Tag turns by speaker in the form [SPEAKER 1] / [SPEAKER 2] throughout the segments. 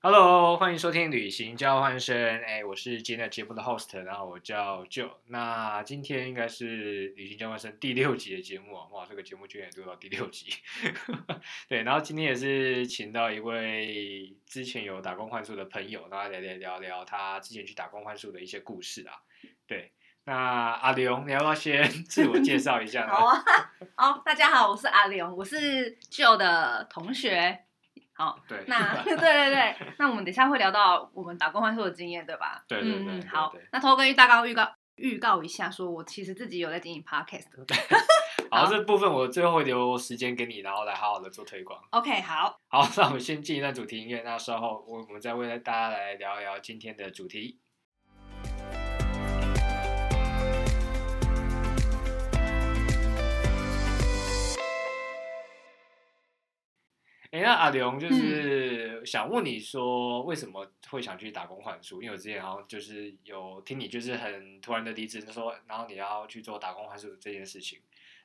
[SPEAKER 1] Hello，欢迎收听旅行交换生。哎，我是今天的节目的 host，然后我叫 Joe。那今天应该是旅行交换生第六集的节目哦，哇，这个节目居然也录到第六集。 对，然后今天也是请到一位之前有打工换宿的朋友，然后来聊聊聊他之前去打工换宿的一些故事啊。对，那阿刘，你要不要先自我介绍一下呢？
[SPEAKER 2] 好啊， 哦，大家好，我是阿刘，我是 Joe 的同学。好，
[SPEAKER 1] 对，
[SPEAKER 2] 那对对对，那我们等一下会聊到我们打工换宿的经验，对吧？
[SPEAKER 1] 对对对
[SPEAKER 2] 嗯
[SPEAKER 1] 对
[SPEAKER 2] 嗯，好
[SPEAKER 1] 对对，
[SPEAKER 2] 那偷跟大纲预告预告一下，说我其实自己有在经营 podcast。
[SPEAKER 1] 好，
[SPEAKER 2] 好
[SPEAKER 1] 这部分我最后会留时间给你，然后来好好的做推广。
[SPEAKER 2] OK，好，
[SPEAKER 1] 好，那我们先进一段主题音乐，那稍后我我们再为大家来聊一聊今天的主题。哎、那阿龙就是想问你说，为什么会想去打工换宿？因为我之前好像就是有听你就是很突然的离职，说然后你要去做打工换宿这件事情。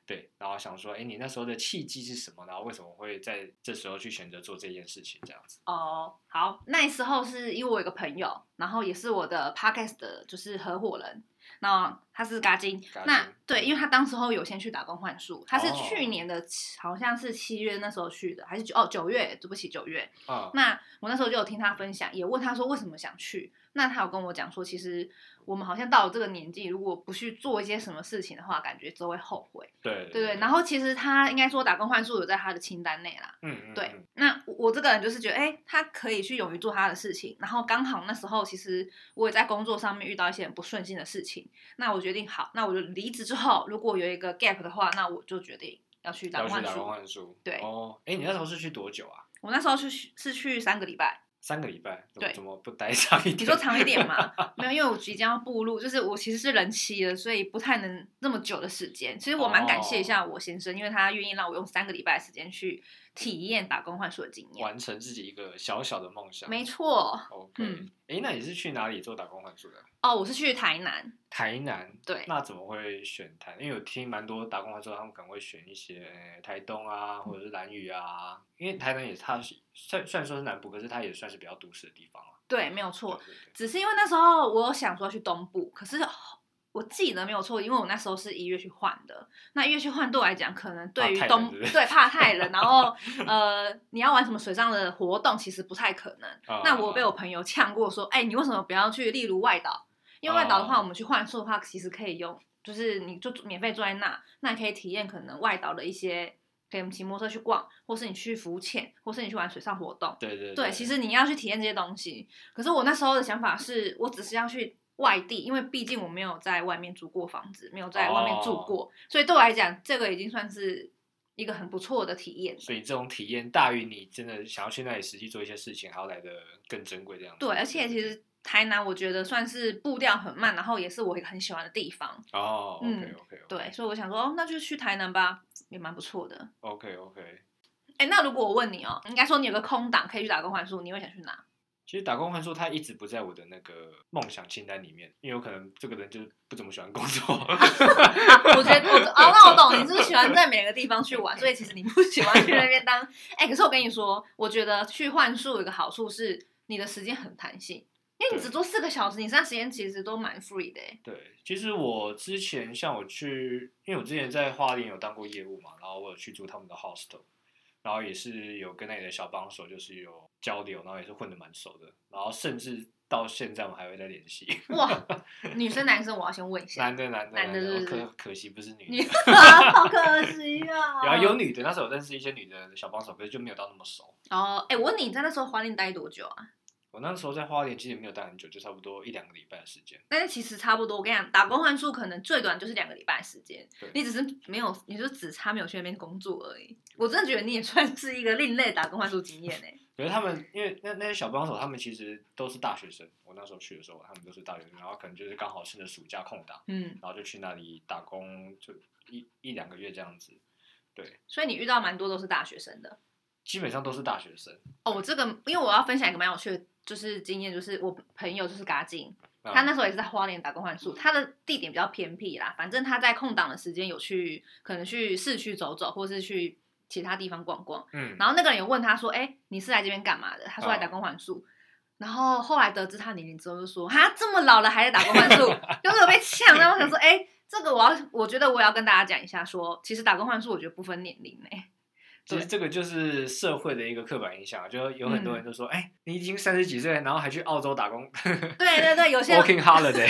[SPEAKER 1] 对，然后想说，哎，你那时候的契机是什么？然后为什么会在这时候去选择做这件事情？这样子，
[SPEAKER 2] 哦，好，那时候是因为我有一个朋友，然后也是我的 podcast 的，就是合伙人。那他是嘎金，
[SPEAKER 1] 嘎金嗯
[SPEAKER 2] 那对，因为他当时候有先去打工换宿，他是
[SPEAKER 1] 哦
[SPEAKER 2] 去年的七，好像是七月那时候去的，还是九哦九月，对不起九月，
[SPEAKER 1] 嗯，
[SPEAKER 2] 那我那时候就有听他分享，也问他说为什么想去。那他有跟我讲说，其实我们好像到了这个年纪，如果不去做一些什么事情的话，感觉都会后悔，
[SPEAKER 1] 对
[SPEAKER 2] 对对。然，后其实他应该说打工换宿有在他的清单内啦。
[SPEAKER 1] 嗯嗯，
[SPEAKER 2] 对
[SPEAKER 1] 嗯，
[SPEAKER 2] 那我我这个人就是觉得，哎、他可以去勇于做他的事情。然后刚好那时候，其实我也在工作上面遇到一些很不顺心的事情。那我决定，好，那我就离职之后，如果有一个 gap 的话，那我就决定要去打
[SPEAKER 1] 要
[SPEAKER 2] 工
[SPEAKER 1] 去
[SPEAKER 2] 换
[SPEAKER 1] 打工
[SPEAKER 2] 宿。
[SPEAKER 1] 换宿，
[SPEAKER 2] 对
[SPEAKER 1] 哦，哎，你那时候是去多久啊？
[SPEAKER 2] 我那时候去是去三个礼拜。
[SPEAKER 1] 三个礼拜，怎么
[SPEAKER 2] 对
[SPEAKER 1] 怎么不待上一点？
[SPEAKER 2] 你说长一点嘛？没有，因为我即将要步入，就是我其实是人妻了，所以不太能那么久的时间。其实我蛮感谢
[SPEAKER 1] 哦
[SPEAKER 2] 一下我先生，因为他愿意让我用三个礼拜的时间去体验打工换宿的经 验。
[SPEAKER 1] 完成自己一个小小的梦想，
[SPEAKER 2] 没错，
[SPEAKER 1] ，OK，
[SPEAKER 2] 嗯
[SPEAKER 1] 哎，诶那你是去哪里做打工换宿的？
[SPEAKER 2] 哦，我是去台南，
[SPEAKER 1] 台南，
[SPEAKER 2] 对，
[SPEAKER 1] 那怎么会选台？因为我听蛮多打工的时候，他们可能会选一些、呃台东啊，或者是兰屿啊，因为台南也是它是虽虽然说是南部，可是它也算是比较都市的地方啊了、
[SPEAKER 2] 对，没有错。
[SPEAKER 1] 对对对
[SPEAKER 2] 只是因为那时候我有想说要去东部，可是我记得没有错，因为我那时候是一月去换的。那一月去换对我来讲，可能对于
[SPEAKER 1] 怕太冷
[SPEAKER 2] 东
[SPEAKER 1] 是不是
[SPEAKER 2] 对怕太冷，然后呃，你要玩什么水上的活动，其实不太可能。
[SPEAKER 1] 啊
[SPEAKER 2] 那我被我朋友呛过说，哎、你为什么不要去例如外岛？因为外岛的话，
[SPEAKER 1] 哦
[SPEAKER 2] 我们去换宿的话，其实可以用，就是你就免费坐在那，那你可以体验可能外岛的一些，可以骑摩托车去逛，或是你去浮潜，或是你去玩水上活动。
[SPEAKER 1] 对对
[SPEAKER 2] 对，其实你要去体验这些东西。可是我那时候的想法是，我只是要去外地，因为毕竟我没有在外面租过房子，没有在外面住
[SPEAKER 1] 哦
[SPEAKER 2] 过，所以对我来讲，这个已经算是一个很不错的体验。
[SPEAKER 1] 所以这种体验大于你真的想要去那里实际做一些事情，还要来的更珍贵这样子。
[SPEAKER 2] 对，而且其实台南我觉得算是步调很慢，然后也是我很喜欢的地方。
[SPEAKER 1] 哦，OK
[SPEAKER 2] 嗯
[SPEAKER 1] OK，
[SPEAKER 2] 对，所以我想说，哦那就去台南吧，也蛮不错的。
[SPEAKER 1] ，OK OK。
[SPEAKER 2] 哎，那如果我问你哦，应该说你有个空档可以去打工换宿，你会想去哪？
[SPEAKER 1] 其实打工换宿它一直不在我的那个梦想清单里面，因为有可能这个人就是不怎么喜欢工作。
[SPEAKER 2] 我觉得我哦，那我懂，你是不是喜欢在每个地方去玩，所以其实你不喜欢去那边当。哎，可是我跟你说，我觉得去换宿有一个好处是，你的时间很弹性，因为你只
[SPEAKER 1] 对
[SPEAKER 2] 做四个小时，你剩下时间其实都蛮 free 的。哎
[SPEAKER 1] 对，其实我之前像我去，因为我之前在花莲有当过业务嘛，然后我有去住他们的 hostel，然后也是有跟那里的小帮手就是有交流，然后也是混得蛮熟的，然后甚至到现在我们还会在联系。
[SPEAKER 2] 哇，女生男生，我要先问一下
[SPEAKER 1] 男，的男的
[SPEAKER 2] 男的
[SPEAKER 1] 的，
[SPEAKER 2] 是不是
[SPEAKER 1] 可可惜不是女
[SPEAKER 2] 你
[SPEAKER 1] 的。
[SPEAKER 2] 好可惜啊！
[SPEAKER 1] 然后 有女的，那时候我认识一些女的小帮手，可是就没有到那么熟。
[SPEAKER 2] 哦，哎、我问你，你在那时候花莲待多久啊？
[SPEAKER 1] 我那时候在花莲其实也没有待很久，就差不多一两个礼拜的时间。
[SPEAKER 2] 但是其实差不多，我跟你讲，打工换宿可能最短就是两个礼拜的时间
[SPEAKER 1] 对，
[SPEAKER 2] 你只是没有，你就只差没有去那边工作而已。我真的觉得你也算是一个另类的打工换宿经验哎、
[SPEAKER 1] 可是他们因为那那些小帮手，他们其实都是大学生。我那时候去的时候，他们都是大学生，然后可能就是刚好趁着暑假空档，
[SPEAKER 2] 嗯，
[SPEAKER 1] 然后就去那里打工，就一一两个月这样子。对，
[SPEAKER 2] 所以你遇到蛮多都是大学生的。
[SPEAKER 1] 基本上都是大学生。
[SPEAKER 2] 哦，我这个因为我要分享一个蛮有趣的，就是经验，就是我朋友就是嘎金，
[SPEAKER 1] 嗯
[SPEAKER 2] 他那时候也是在花莲打工换宿，他的地点比较偏僻啦，反正他在空档的时间有去，可能去市区走走，或是去其他地方逛逛。
[SPEAKER 1] 嗯，
[SPEAKER 2] 然后那个人有问他说：“哎、你是来这边干嘛的？”他说：“
[SPEAKER 1] 嗯
[SPEAKER 2] 来打工换宿。然后后来得知他年龄之后，就说哈这么老了还在打工换宿，就是有被呛。然后我想说，哎、这个我要，我觉得我要跟大家讲一下说其实打工换宿我觉得不分年龄哎、
[SPEAKER 1] 其实
[SPEAKER 2] 对
[SPEAKER 1] 这个就是社会的一个刻板印象，啊就有很多
[SPEAKER 2] 嗯
[SPEAKER 1] 人都说，哎、你已经三十几岁了，然后还去澳洲打工
[SPEAKER 2] 对对对，有些 人
[SPEAKER 1] ，working holiday。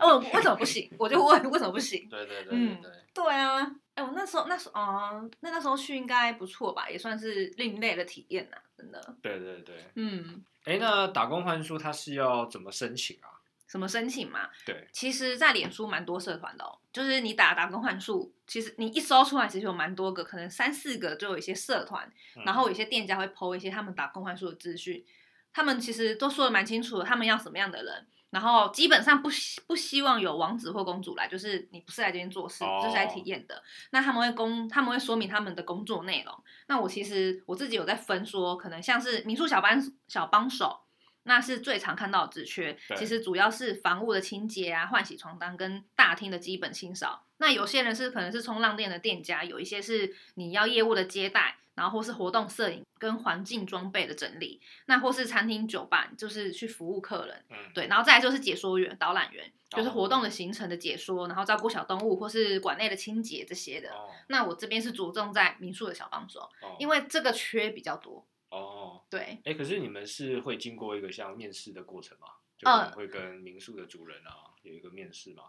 [SPEAKER 2] 哦为什么不行？我就问为什么不行？
[SPEAKER 1] 对对对对
[SPEAKER 2] 嗯
[SPEAKER 1] 对，
[SPEAKER 2] 对啊，哎、我那时候那时候，哦、那那时候去应该不错吧，也算是另类的体验呐、真的。
[SPEAKER 1] 对对对。
[SPEAKER 2] 嗯，
[SPEAKER 1] 哎，那打工换书它是要怎么申请啊？
[SPEAKER 2] 什么申请嘛？
[SPEAKER 1] 对，
[SPEAKER 2] 其实，在脸书蛮多社团的哦，就是你打打工换宿，其实你一搜出来，其实有蛮多个，可能三四个就有一些社团，
[SPEAKER 1] 嗯
[SPEAKER 2] 然后有一些店家会 PO 一些他们打工换宿的资讯，他们其实都说的蛮清楚的，他们要什么样的人。然后基本上不希不希望有王子或公主来，就是你不是来这边做事，
[SPEAKER 1] 哦
[SPEAKER 2] 就是来体验的。那他们会公，他们会说明他们的工作内容。那我其实我自己有在分说，可能像是民宿小帮小帮手，那是最常看到的职缺
[SPEAKER 1] 对。
[SPEAKER 2] 其实主要是房屋的清洁啊、换洗床单跟大厅的基本清扫。那有些人是可能是冲浪店的店家，有一些是你要业务的接待，然后或是活动摄影跟环境装备的整理，那或是餐厅酒吧就是去服务客人。
[SPEAKER 1] 嗯，
[SPEAKER 2] 对，然后再来就是解说员、导览员，就是
[SPEAKER 1] 哦
[SPEAKER 2] 活动的行程的解说，然后照顾小动物或是馆内的清洁这些的。
[SPEAKER 1] 哦
[SPEAKER 2] 那我这边是着重在民宿的小帮手，
[SPEAKER 1] 哦，
[SPEAKER 2] 因
[SPEAKER 1] 为
[SPEAKER 2] 为这个缺比较多。
[SPEAKER 1] 哦，
[SPEAKER 2] 对，
[SPEAKER 1] 哎，可是你们是会经过一个像面试的过程吗？就
[SPEAKER 2] 嗯
[SPEAKER 1] 可能会跟民宿的主人啊有一个面试吗？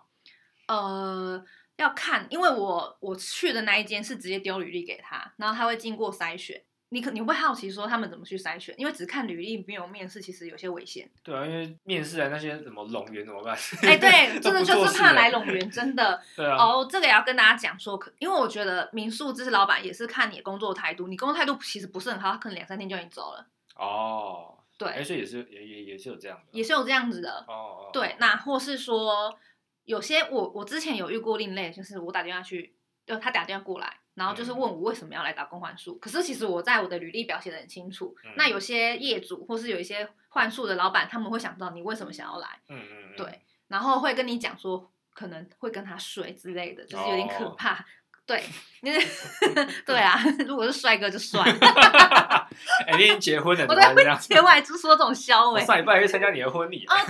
[SPEAKER 2] 呃，要看，因为我我去的那一间是直接丢履历给他，然后他会经过筛选。你可你会好奇说他们怎么去筛选，因为只看履历没有面试，其实有些 危险。
[SPEAKER 1] 对啊，因为面试啊那些什么龙源怎么办？
[SPEAKER 2] 哎、对，
[SPEAKER 1] 都
[SPEAKER 2] 真的
[SPEAKER 1] 不
[SPEAKER 2] 就
[SPEAKER 1] 做
[SPEAKER 2] 是
[SPEAKER 1] 事
[SPEAKER 2] 怕
[SPEAKER 1] 欸
[SPEAKER 2] 来拢源，真的。
[SPEAKER 1] 对啊，
[SPEAKER 2] 哦，这个也要跟大家讲说，可因为我觉得民宿这是老板也是看你的工作态度，你工作态度其实不是很好，他可能两三天就已经走了。
[SPEAKER 1] 哦，
[SPEAKER 2] 对，
[SPEAKER 1] 哎，所以也是也也也是有这样的，
[SPEAKER 2] 也是有这样子的。
[SPEAKER 1] 哦哦，哦
[SPEAKER 2] 对，那或是说有些我我之前有遇过另类，就是我打电话去，就他打电话过来，然后
[SPEAKER 1] 嗯
[SPEAKER 2] 就是问我为什么要来打工换宿。可是其实我在我的履历表写的很清楚，
[SPEAKER 1] 嗯
[SPEAKER 2] 那有些业主或是有一些换宿的老板，他们会想知道你为什么想要来。
[SPEAKER 1] 嗯嗯嗯，
[SPEAKER 2] 对，然后会跟你讲说可能会跟他睡之类的，就是有点可
[SPEAKER 1] 哦
[SPEAKER 2] 怕。 对，因为 对啊， 如果是帅哥就帅，
[SPEAKER 1] 啊哎，你已经结婚 了，
[SPEAKER 2] 我
[SPEAKER 1] 怎
[SPEAKER 2] 在
[SPEAKER 1] 么这
[SPEAKER 2] 婚
[SPEAKER 1] 样？哦
[SPEAKER 2] 前我还就说这种消
[SPEAKER 1] 我
[SPEAKER 2] 委。
[SPEAKER 1] 上礼拜去参加你的婚礼，啊
[SPEAKER 2] 哦，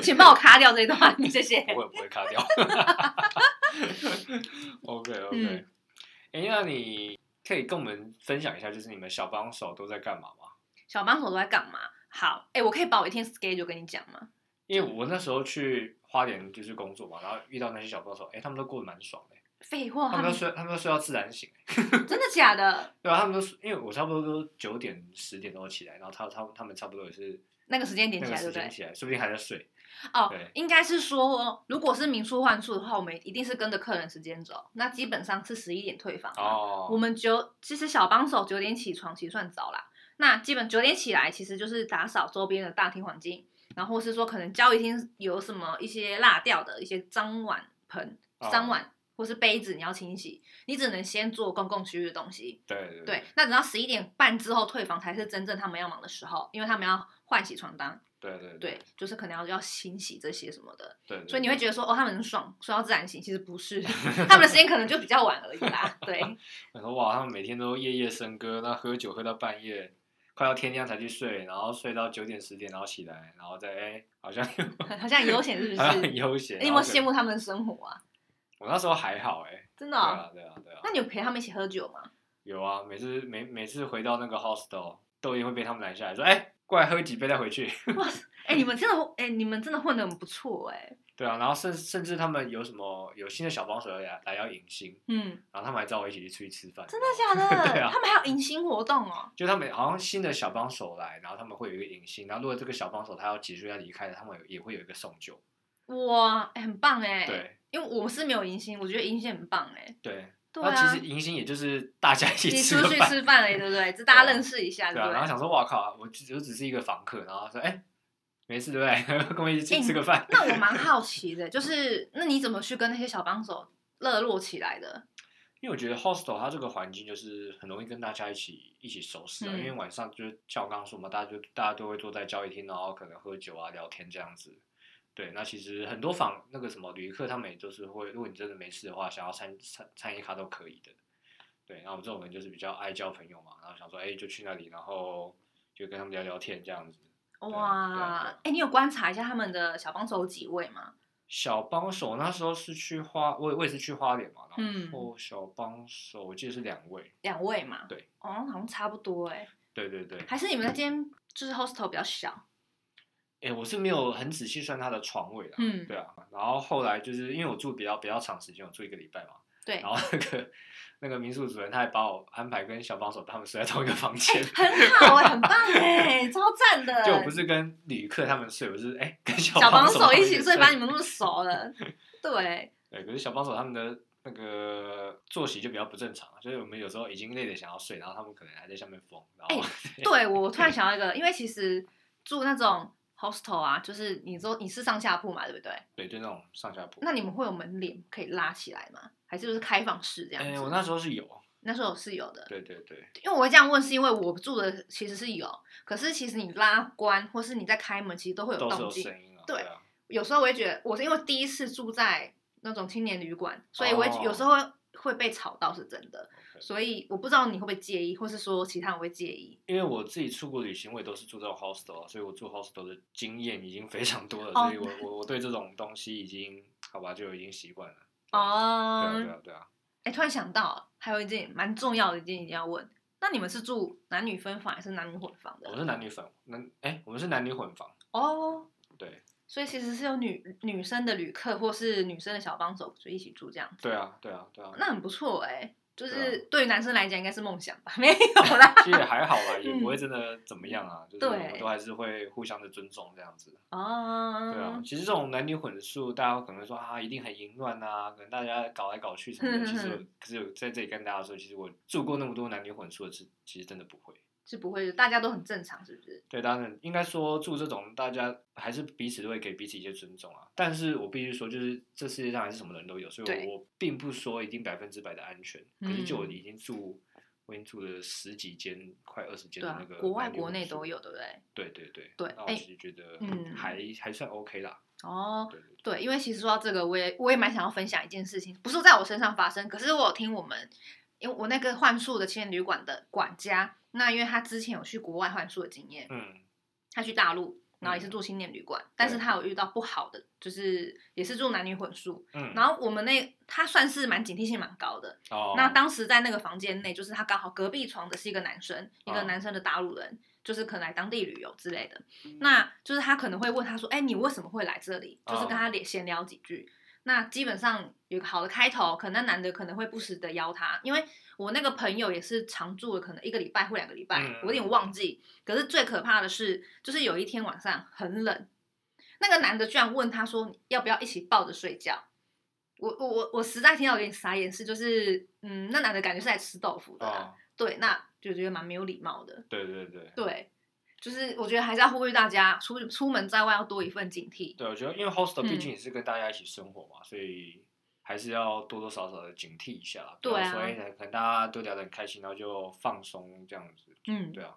[SPEAKER 2] 请帮我卡掉这一段，谢谢。
[SPEAKER 1] 不会不会卡掉。OK OK，哎、
[SPEAKER 2] 嗯
[SPEAKER 1] 诶那你可以跟我们分享一下，就是你们小帮手都在干嘛吗？
[SPEAKER 2] 小帮手都在干嘛？好，哎，我可以把我一天 schedule 跟你讲吗？
[SPEAKER 1] 因为我那时候去花莲就是工作嘛，然后遇到那些小帮手，哎、他们都过得蛮爽的、欸
[SPEAKER 2] 废话，
[SPEAKER 1] 他
[SPEAKER 2] 哦他
[SPEAKER 1] 们都
[SPEAKER 2] 们
[SPEAKER 1] 睡，他们都睡到自然醒、欸
[SPEAKER 2] 真的假的？
[SPEAKER 1] 对啊，他们都睡因为我差不多都九点十点多起来，然后他他他们差不多也是
[SPEAKER 2] 那个时间点
[SPEAKER 1] 那
[SPEAKER 2] 起
[SPEAKER 1] 个
[SPEAKER 2] 来，对
[SPEAKER 1] 时
[SPEAKER 2] 不
[SPEAKER 1] 间
[SPEAKER 2] 对？
[SPEAKER 1] 起来，说不定还在睡。
[SPEAKER 2] 哦
[SPEAKER 1] 对，
[SPEAKER 2] 应该是说，如果是民宿换宿的话，我们一定是跟着客人时间走，那基本上是十一点退房嘛。啊
[SPEAKER 1] 哦，
[SPEAKER 2] 我们九其实小帮手九点起床其实算早啦。那基本九点起来，其实就是打扫周边的大厅环境，然后或是说可能交易厅有什么一些落掉的一些脏碗盆、
[SPEAKER 1] 哦
[SPEAKER 2] 脏碗、或是杯子，你要清洗，你只能先做公共区域的东西。
[SPEAKER 1] 对对
[SPEAKER 2] 对，那等到十一点半之后退房才是真正他们要忙的时候，因为他们要换洗床单，
[SPEAKER 1] 对对
[SPEAKER 2] 对，就是可能要要清洗这些什么的，
[SPEAKER 1] 对对，
[SPEAKER 2] 所以你会觉得说哦，他们很爽，睡到自然醒，其实不是， 他们的时间可能就比较晚而已啦。对，
[SPEAKER 1] 我说哇，他们每天都夜夜笙歌，那喝酒喝到半夜，快要天亮才去睡，然后睡到九点十点，然后起来，然后再哎，好像 好
[SPEAKER 2] 好像很悠闲是不
[SPEAKER 1] 像很
[SPEAKER 2] 是？
[SPEAKER 1] 悠闲。
[SPEAKER 2] 你有没有羡
[SPEAKER 1] 慕？
[SPEAKER 2] 慕他们的生活啊？
[SPEAKER 1] 我那时候还好哎，
[SPEAKER 2] 真
[SPEAKER 1] 对
[SPEAKER 2] 的哦、
[SPEAKER 1] 啊对啊对啊
[SPEAKER 2] 那，你有陪他们一起喝酒吗？
[SPEAKER 1] 有啊，每次每每次回到那个 hostel，都一定会被他们拦下来说，哎，过来喝几杯再回去。 嗯
[SPEAKER 2] 哎、你们真的，哎、你们真的混得很不错哎、
[SPEAKER 1] 对啊，然后甚甚至他们有什么有新的小帮手来来要迎新，
[SPEAKER 2] 嗯，
[SPEAKER 1] 然后他们还找我一起去出去吃饭。
[SPEAKER 2] 真的 假的？
[SPEAKER 1] 对啊
[SPEAKER 2] 他们还有迎新活动哦。
[SPEAKER 1] 就他们好像新的小帮手来，然后他们会有一个迎新，然后如果这个小帮手他要结束要离开了，他们有也会有一个送酒。
[SPEAKER 2] 哇，哎、很棒哎、
[SPEAKER 1] 对，，
[SPEAKER 2] 因为我们是没有迎新，我觉得迎新很棒哎、
[SPEAKER 1] 对，
[SPEAKER 2] 对
[SPEAKER 1] 那
[SPEAKER 2] 啊
[SPEAKER 1] 其实，迎新也就是大家一起
[SPEAKER 2] 你
[SPEAKER 1] 吃
[SPEAKER 2] 出
[SPEAKER 1] 个
[SPEAKER 2] 去
[SPEAKER 1] 饭，
[SPEAKER 2] 吃饭了，对 不对？只大
[SPEAKER 1] 对
[SPEAKER 2] 家
[SPEAKER 1] 啊
[SPEAKER 2] 认识一下，
[SPEAKER 1] 对
[SPEAKER 2] 不
[SPEAKER 1] 啊，
[SPEAKER 2] 对？
[SPEAKER 1] 然后想说，哇靠，我只我只是一个房客，然后说，哎、没事对不对？ 跟我一起
[SPEAKER 2] 哎
[SPEAKER 1] 去吃
[SPEAKER 2] 你
[SPEAKER 1] 个饭。
[SPEAKER 2] 那我蛮好奇的，就是那你怎么去跟那些小帮手热络起来的？
[SPEAKER 1] 因为我觉得 hostel 它这个环境就是很容易跟大家一起一起熟识啊，
[SPEAKER 2] 嗯
[SPEAKER 1] 因为晚上就是像我刚刚说嘛，大家就大家都会坐在交易厅，然后可能喝酒啊、聊天这样子。对，那其实很多房那个什么旅客他们也就是会，如果你真的没事的话，想要参参参一咖都可以的。对，那我们这种人就是比较爱交朋友嘛，然后想说，哎，就去那里，然后。就跟他们聊聊天这样子。啊
[SPEAKER 2] 哇，哎、你有观察一下他们的小帮手有几位吗？
[SPEAKER 1] 小帮手那时候是去花，我也我也是去花莲嘛，
[SPEAKER 2] 嗯
[SPEAKER 1] 然后小帮手我记得是两位，
[SPEAKER 2] 两位嘛。
[SPEAKER 1] 对。
[SPEAKER 2] 哦，好像差不多哎、
[SPEAKER 1] 对对对，
[SPEAKER 2] 还是你们那间就是 hostel 比较小？
[SPEAKER 1] 哎，我是没有很仔细算他的床位啦，
[SPEAKER 2] 嗯
[SPEAKER 1] 对啊，然后后来就是因为我住比较比较长时间，我住一个礼拜嘛，
[SPEAKER 2] 对
[SPEAKER 1] 然。后那个那个民宿主人他还把我安排跟小帮手他们睡在同一个房 间，
[SPEAKER 2] 很好哎、很棒 哎、超赞的。
[SPEAKER 1] 就我不是跟旅客他们睡，我是哎、跟小
[SPEAKER 2] 小帮
[SPEAKER 1] 帮
[SPEAKER 2] 手
[SPEAKER 1] 他们
[SPEAKER 2] 一起睡，
[SPEAKER 1] 睡
[SPEAKER 2] 把你们弄 熟了。对，
[SPEAKER 1] 对，可是小帮手他们的那个作息就比较不正常，所以我们有时候已经累得想要睡，然后他们可能还在下面疯，然后、
[SPEAKER 2] 对我突然想到一个，因为其实住那种 hostel 啊，就是你说你是上下铺嘛，对不对？
[SPEAKER 1] 对，就那种上下铺。
[SPEAKER 2] 哎那你们会有门帘可以拉起来吗？还是就是开放式这样
[SPEAKER 1] 哎、
[SPEAKER 2] 子？
[SPEAKER 1] 我那时候是有，
[SPEAKER 2] 那时候是有的，
[SPEAKER 1] 对对对，
[SPEAKER 2] 因为我会这样问，是因为我住的其实是有，可是其实你拉关或是你在开门，其实都会有
[SPEAKER 1] 都是
[SPEAKER 2] 动
[SPEAKER 1] 有
[SPEAKER 2] 静。
[SPEAKER 1] 声音啊，
[SPEAKER 2] 对
[SPEAKER 1] 对啊，
[SPEAKER 2] 有时候我会觉得，我是因为第一次住在那种青年旅馆，所以我会
[SPEAKER 1] 哦
[SPEAKER 2] 有时候会会被吵到，是真的。
[SPEAKER 1] OK
[SPEAKER 2] 所以我不知道你会不会介意，或是说其他人会介意。
[SPEAKER 1] 因为我自己出国旅行，我也都是住这种 hostel，啊所以我住 hostel 的经验已经非常多了，
[SPEAKER 2] 哦
[SPEAKER 1] 所以我我我对这种东西已经好吧，就已经习惯了。对
[SPEAKER 2] 哦
[SPEAKER 1] 啊，对啊对啊，
[SPEAKER 2] 哎、突然想到，还有一件蛮重要的一件一定要问，那你们是住男女分房还是男女混房的
[SPEAKER 1] 啊我？是男女粉，男哎、我们是男女混房，
[SPEAKER 2] 哦，
[SPEAKER 1] 对
[SPEAKER 2] 所以其实是有女女生的旅客或是女生的小帮手就一起住这样子，
[SPEAKER 1] 对啊对啊对啊，
[SPEAKER 2] 那很不错哎、就
[SPEAKER 1] 对啊
[SPEAKER 2] 是对于男生来讲应该是梦想吧？没 有啦。
[SPEAKER 1] 其实也还好啦，也
[SPEAKER 2] 嗯
[SPEAKER 1] 不会真的怎么样啊，就是我
[SPEAKER 2] 对
[SPEAKER 1] 们都还是会互相的尊重这样子。
[SPEAKER 2] 哦，
[SPEAKER 1] 对啊，其实这种男女混宿，大家可能会说啊，一定很淫乱啊，可能大家搞来搞去什么的。其实 我，可是我在这里跟大家说，其实我住过那么多男女混宿的，其其实真的不会。
[SPEAKER 2] 是不会的，大家都很正常，是不是？
[SPEAKER 1] 对，当然应该说住这种，大家还是彼此都会给彼此一些尊重啊。但是我必须说，就是这世界上还是什么人都有，所以
[SPEAKER 2] 对嗯
[SPEAKER 1] 我我并不说一定百分之百的安全。可是就我已经住，我已经住了十几间，快二十间
[SPEAKER 2] 对
[SPEAKER 1] 的
[SPEAKER 2] 啊
[SPEAKER 1] 那个、，
[SPEAKER 2] 国外国内都。有，对不对？
[SPEAKER 1] 对对对
[SPEAKER 2] 对
[SPEAKER 1] 那我
[SPEAKER 2] 哎
[SPEAKER 1] 其实觉得
[SPEAKER 2] 嗯
[SPEAKER 1] 还、还算 OK 啦。
[SPEAKER 2] 哦，
[SPEAKER 1] 对对对，
[SPEAKER 2] 对，因为其实说到这个，我也我也蛮想要分享一件事情，不是在我身上发生，可是我有听我们，因为我那个幻术的青年旅馆的管家，那因为他之前有去国外幻术的经验，
[SPEAKER 1] 嗯，
[SPEAKER 2] 他去大陆，然后也
[SPEAKER 1] 嗯
[SPEAKER 2] 是住青年旅馆，但是他有遇到不好的，就是也是住男女混宿，
[SPEAKER 1] 嗯
[SPEAKER 2] 然后我们那他算是蛮警惕性蛮高的，
[SPEAKER 1] 哦，
[SPEAKER 2] 那当时在那个房间内，就是他刚好隔壁床的是一个男生，一
[SPEAKER 1] 哦
[SPEAKER 2] 个男生的大陆人，就是可能来当地旅游之类的。
[SPEAKER 1] 嗯
[SPEAKER 2] 那就是他可能会问他说：“哎、你为什么会来这里？”就是
[SPEAKER 1] 哦
[SPEAKER 2] 跟他聊闲聊几句。那基本上有个好的开头，可能那男的可能会不时的邀他，因为我那个朋友也是常住了，可能一个礼拜或两个礼拜，
[SPEAKER 1] 嗯
[SPEAKER 2] 我有点忘记。可是最可怕的是，就是有一天晚上很冷，那个男的居然问他说要不要一起抱着睡觉。我我我我实在听到有点傻眼，是就是嗯，那男的感觉是来吃豆腐的
[SPEAKER 1] 哦，
[SPEAKER 2] 啊、
[SPEAKER 1] 嗯
[SPEAKER 2] 对，那就觉得蛮没有礼貌的。
[SPEAKER 1] 对对对。
[SPEAKER 2] 对，就是我觉得还是要呼吁大家出出门在外要多一份警惕。
[SPEAKER 1] 对，我觉得因为 hostel 毕
[SPEAKER 2] 嗯
[SPEAKER 1] 竟也是跟大家一起生活嘛，所以还是要多多少少的警惕一下啦。
[SPEAKER 2] 对啊
[SPEAKER 1] 所以哎可能大家都聊得很开心，然后就放松这样子。
[SPEAKER 2] 嗯，
[SPEAKER 1] 对啊，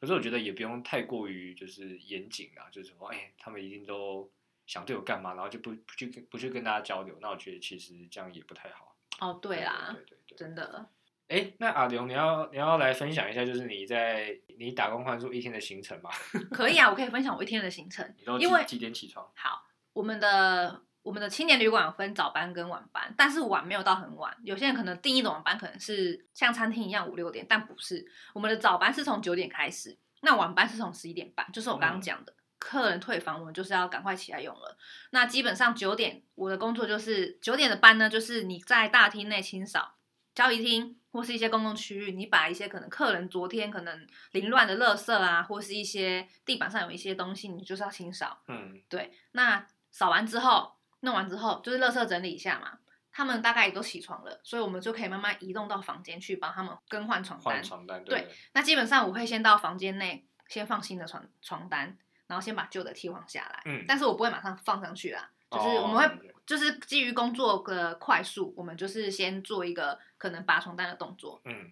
[SPEAKER 1] 可是我觉得也不用太过于就是严谨啊，就是说，哎、他们一定都想对我干嘛，然后就不不去跟不去跟大家交流。那我觉得其实这样也不太好。
[SPEAKER 2] 哦，对啦，
[SPEAKER 1] 对对对对。
[SPEAKER 2] 真的。
[SPEAKER 1] 哎、那阿刘，你要你要来分享一下，就是你在你打工换宿一天的行程吗？
[SPEAKER 2] 可以啊，我可以分享我一天的行程。
[SPEAKER 1] 你都
[SPEAKER 2] 因为
[SPEAKER 1] 几几点起床？
[SPEAKER 2] 好，我们的我们的青年旅馆有分早班跟晚班，但是晚没有到很晚。有些人可能定义的晚班可能是像餐厅一样五六点，但不是。我们的早班是从九点开始，那晚班是从十一点半，就是我刚刚讲的。客人退房，我们就是要赶快起来用了。那基本上九点，我的工作就是九点的班呢，就是你在大厅内清扫交易厅或是一些公共区域，你把一些可能客人昨天可能凌乱的垃圾啊，或是一些地板上有一些东西，你就是要清扫。
[SPEAKER 1] 嗯，
[SPEAKER 2] 对，那扫完之后，弄完之后就是垃圾整理一下嘛。他们大概也都起床了，所以我们就可以慢慢移动到房间去帮他们更换床单
[SPEAKER 1] 换。床单
[SPEAKER 2] 对
[SPEAKER 1] 不对？
[SPEAKER 2] 那基本上我会先到房间内，先放新的床床单，然后先把旧的替换下来。
[SPEAKER 1] 嗯
[SPEAKER 2] 但是我不会马上放上去啦，就是
[SPEAKER 1] 哦
[SPEAKER 2] 我们会、
[SPEAKER 1] 对对
[SPEAKER 2] 就是基于工作的快速，我们就是先做一个可能拔床单的动作。
[SPEAKER 1] 嗯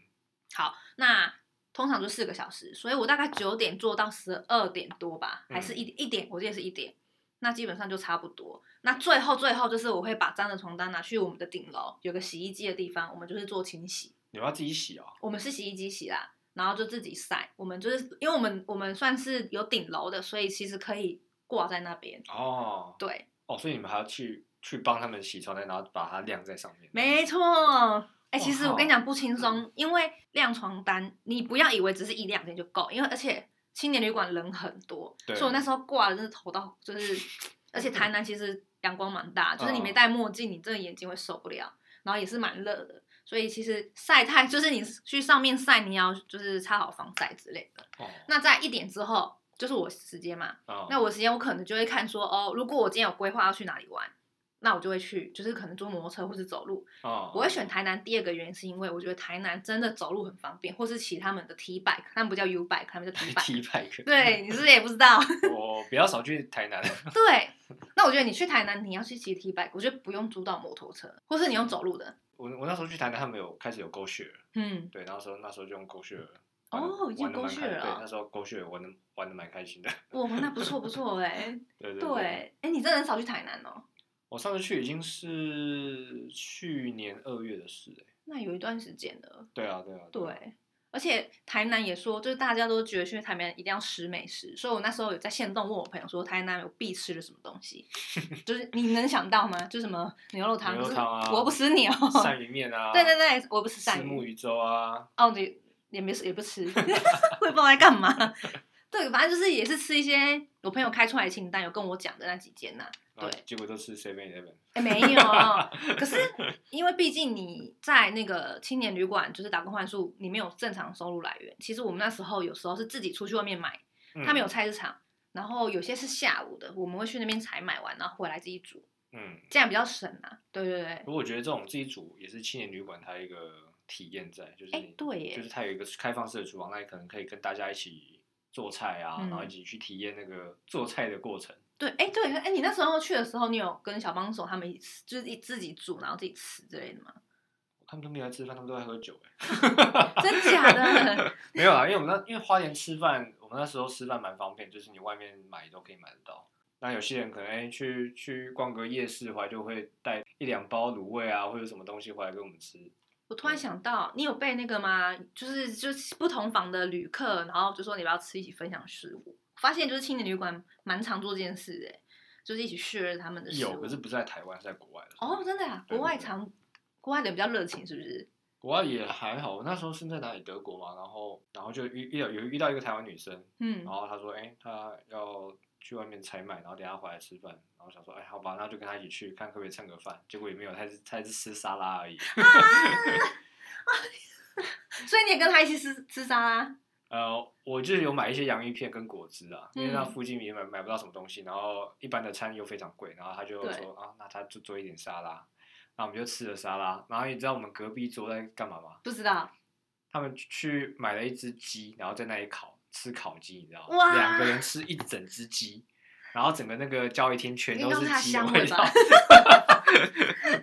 [SPEAKER 2] 好，那通常就四个小时，所以我大概九点做到十二点多吧，还是一一点，我记得是一点。那基本上就差不多。那最后最后就是我会把脏的床单拿去我们的顶楼有个洗衣机的地方，我们就是做清洗。
[SPEAKER 1] 你们要自己洗哦。
[SPEAKER 2] 我们是洗衣机洗啦，然后就自己晒。我们就是因为我们我们算是有顶楼的，所以其实可以挂在那边。
[SPEAKER 1] 哦
[SPEAKER 2] 对，
[SPEAKER 1] 哦，所以你们还要去去帮他们洗床单，然后把它晾在上面。
[SPEAKER 2] 没错。哎、
[SPEAKER 1] 哇嗯
[SPEAKER 2] 其实我跟你讲不轻松，因为晾床单，你不要以为只是一两天就够，因为而且青年旅馆人很多，
[SPEAKER 1] 对
[SPEAKER 2] 所以我那时候挂的真是头到， 就是，而且台南其实阳光蛮大，就是你
[SPEAKER 1] 嗯
[SPEAKER 2] 没戴墨镜，你真的眼睛会受不了，然后也是蛮热的，所以其实晒太就是你去上面晒，你要就是擦好防晒之类的。
[SPEAKER 1] 哦，
[SPEAKER 2] 那在一点之后就是我时间嘛，
[SPEAKER 1] 哦
[SPEAKER 2] 那我时间我可能就会看说，哦，如果我今天有规划要去哪里玩，那我就会去，就是可能坐摩托车或是走路。
[SPEAKER 1] 哦
[SPEAKER 2] 我会选台南，第二个原因是因为我觉得台南真的走路很方便，或是骑他们的 T bike，他们不叫 U bike，他们叫 T bike。
[SPEAKER 1] T bike。
[SPEAKER 2] 对，你是不是也不知道？
[SPEAKER 1] 我比较少去台南。
[SPEAKER 2] 对，那我觉得你去台南，你要去骑 T bike，我觉得不用租到摩托车，或是你用走路的。
[SPEAKER 1] 我我那时候去台南，他们有开始有狗血，
[SPEAKER 2] 嗯，
[SPEAKER 1] 对，然后说那时候就用狗血。
[SPEAKER 2] 哦已经
[SPEAKER 1] 玩的蛮开
[SPEAKER 2] GoShare 了
[SPEAKER 1] 对，那时候狗血玩的玩的蛮开心的。
[SPEAKER 2] 哇，那不错不错哎、
[SPEAKER 1] 对 对
[SPEAKER 2] 对，哎、你真的很少去台南哦。
[SPEAKER 1] 我上次去已经是去年二月的事哎。
[SPEAKER 2] 那有一段时间了，
[SPEAKER 1] 对啊，对啊。啊。
[SPEAKER 2] 对。而且台南也说，就是大家都觉得去台南一定要吃美食，所以我那时候有在线动问我朋友说，台南有必吃的什么东 西，就是你能想到吗？就什么牛肉汤，
[SPEAKER 1] 牛肉
[SPEAKER 2] 可是
[SPEAKER 1] 汤啊
[SPEAKER 2] 我不吃牛，
[SPEAKER 1] 鳝鱼面啊。
[SPEAKER 2] 对对对，我不吃鳝
[SPEAKER 1] 吃木
[SPEAKER 2] 鱼，
[SPEAKER 1] 鱼粥啊。
[SPEAKER 2] 哦，对，也没也 不吃，我也不知道在干嘛。 对，反正就是也是吃一些我朋友开出来的清单，有跟我讲的那几间啊呐、
[SPEAKER 1] 然后
[SPEAKER 2] 对
[SPEAKER 1] 结果都吃 Seven Eleven。
[SPEAKER 2] 哎，没有，可是因为毕竟你在那个青年旅馆就是打工换宿，你没有正常收入来源。其实我们那时候有时候是自己出去外面买，
[SPEAKER 1] 嗯
[SPEAKER 2] 他们有。菜市场，然后有些是下午的，我们会去那边采买完，然后回来自己煮，
[SPEAKER 1] 嗯，
[SPEAKER 2] 这样比较省啊。对对对，
[SPEAKER 1] 不过我觉得这种自己煮也是青年旅馆它一个体验在，就是
[SPEAKER 2] 哎
[SPEAKER 1] 你
[SPEAKER 2] 对
[SPEAKER 1] 就
[SPEAKER 2] 耶
[SPEAKER 1] 是，它有一个开放式的厨房，那你可能可以跟大家一起做菜啊，
[SPEAKER 2] 嗯
[SPEAKER 1] 然后一起去体验那个做菜的过程。
[SPEAKER 2] 对，哎对，哎你那时候去的时候，你有跟小帮手他们一起就是一自己煮，然后自己吃之类的吗？
[SPEAKER 1] 他们都没有来吃饭，他们都在喝酒、哎，
[SPEAKER 2] 真假的？
[SPEAKER 1] 没有啊，因为我们那因为花莲吃饭，我们那时候吃饭蛮方便，就是你外面买都可以买得到。那有些人可能哎、去去逛个夜市，回来就会带一两包卤味啊，或者什么东西回来给我们吃。
[SPEAKER 2] 我突然想到，你有被那个吗？就是就是不同房的旅客，然后就说你要不要吃一起分享食物。发现就是青年旅馆蛮常做这件事的，欸就是一起 share 他们的食物。
[SPEAKER 1] 有，可是不哦是在台湾，是在国外的。
[SPEAKER 2] 哦，真的啊，
[SPEAKER 1] 对
[SPEAKER 2] 国外
[SPEAKER 1] 对对
[SPEAKER 2] 常国外的人比较热情，是不是？
[SPEAKER 1] 国外也还好，我那时候是在哪里？德国嘛，然后然后就遇遇到有遇到一个台湾女生，
[SPEAKER 2] 嗯
[SPEAKER 1] 然，后她说，哎、她要去外面采买，然后等一下回来吃饭，然后想说，哎、好吧，那就跟她一起去看可不可以蹭个饭，结果也没有，她是她是吃沙拉 而已。
[SPEAKER 2] 所以你也跟他一起吃吃沙拉。
[SPEAKER 1] 呃，我就是有买一些洋芋片跟果汁啊，因为那
[SPEAKER 2] 嗯
[SPEAKER 1] 附近也买买不到什么东西，然后一般的餐又非常贵，然后她就
[SPEAKER 2] 对
[SPEAKER 1] 说啊，那她就做一点沙拉，然后我们就吃了沙拉，然后你知道我们隔壁桌在干嘛吗？
[SPEAKER 2] 不知道，
[SPEAKER 1] 他们去买了一只鸡，然后在那里烤吃烤鸡，你知道吗？
[SPEAKER 2] 哇
[SPEAKER 1] 两个人吃一整只鸡，然后整个那个交易厅全都是
[SPEAKER 2] 应该是
[SPEAKER 1] 鸡
[SPEAKER 2] 它
[SPEAKER 1] 的
[SPEAKER 2] 香
[SPEAKER 1] 味
[SPEAKER 2] 味吧
[SPEAKER 1] 道。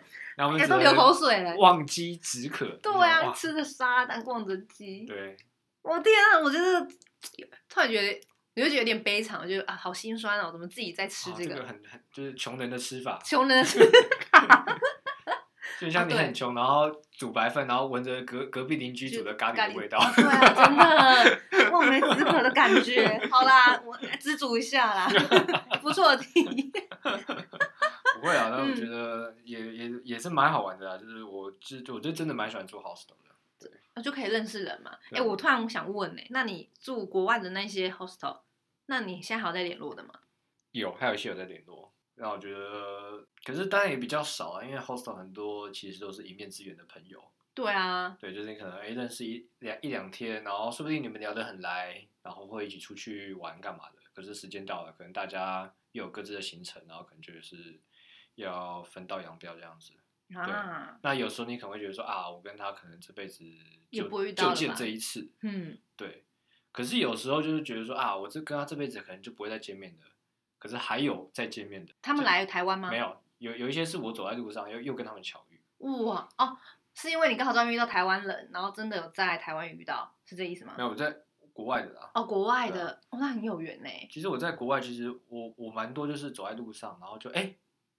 [SPEAKER 1] 然后我
[SPEAKER 2] 哎、
[SPEAKER 1] 们只
[SPEAKER 2] 都
[SPEAKER 1] 能
[SPEAKER 2] 流口水了。
[SPEAKER 1] 望鸡止渴。你知
[SPEAKER 2] 对
[SPEAKER 1] 道
[SPEAKER 2] 啊，
[SPEAKER 1] 吗
[SPEAKER 2] 吃着沙拉，但逛着鸡。
[SPEAKER 1] 对，
[SPEAKER 2] 我天啊，我就是突然觉得，我就觉得有点悲惨，我觉得啊，好心酸哦，怎么自己在吃
[SPEAKER 1] 哇
[SPEAKER 2] 这
[SPEAKER 1] 这
[SPEAKER 2] 个？
[SPEAKER 1] 很很就是穷人的吃法，
[SPEAKER 2] 穷人的吃
[SPEAKER 1] 就像你
[SPEAKER 2] 啊对
[SPEAKER 1] 很穷，然后煮白饭，然后闻着隔隔壁邻居煮的咖喱的味道。
[SPEAKER 2] 啊对啊，真的，望梅止渴的感觉。好啦，我知足一下啦， 不错的提议。
[SPEAKER 1] 不会啊，但我
[SPEAKER 2] 嗯
[SPEAKER 1] 觉得也、也也是蛮好玩的啊，就是我就我就真的蛮喜欢做 hostel 的。
[SPEAKER 2] 就可以认识人嘛。哎、
[SPEAKER 1] 对啊
[SPEAKER 2] 我突然想问呢、那你住国外的那些 hostel，那你现在还有在联络的吗？
[SPEAKER 1] 有，还有一些有在联络。那我觉得，可是当然也比较少啊，因为 hostel 很多其实都是一面之缘的朋友，
[SPEAKER 2] 对啊，
[SPEAKER 1] 对，就是你可能哎认识一两一两天，然后说不定你们聊得很来，然后会一起出去玩干嘛的。可是时间到了，可能大家又有各自的行程，然后可能就是要分道扬镳这样子。
[SPEAKER 2] 啊，
[SPEAKER 1] 那有时候你可能会觉得说啊，我跟他可能这辈子
[SPEAKER 2] 也
[SPEAKER 1] 就
[SPEAKER 2] 不会遇到
[SPEAKER 1] 就
[SPEAKER 2] 了
[SPEAKER 1] 见
[SPEAKER 2] 吧
[SPEAKER 1] 这一次，
[SPEAKER 2] 嗯，
[SPEAKER 1] 对，可是有时候就是觉得说啊，我这跟他这辈子可能就不会再见面的，可是还有再见面的。
[SPEAKER 2] 他们
[SPEAKER 1] 就
[SPEAKER 2] 来台湾吗？
[SPEAKER 1] 没。有，有有一些是我走在路上又又跟他们巧遇。
[SPEAKER 2] 哇哦，是因为你刚好在外面遇到台湾人，然后真的有在台湾遇到，是这意思吗
[SPEAKER 1] 没？有，我在国外的啦。
[SPEAKER 2] 哦，国外
[SPEAKER 1] 对啊
[SPEAKER 2] 的，哦，那很有缘呢、
[SPEAKER 1] 其实我在国外，其实我我蛮多就是走在路上，然后就哎、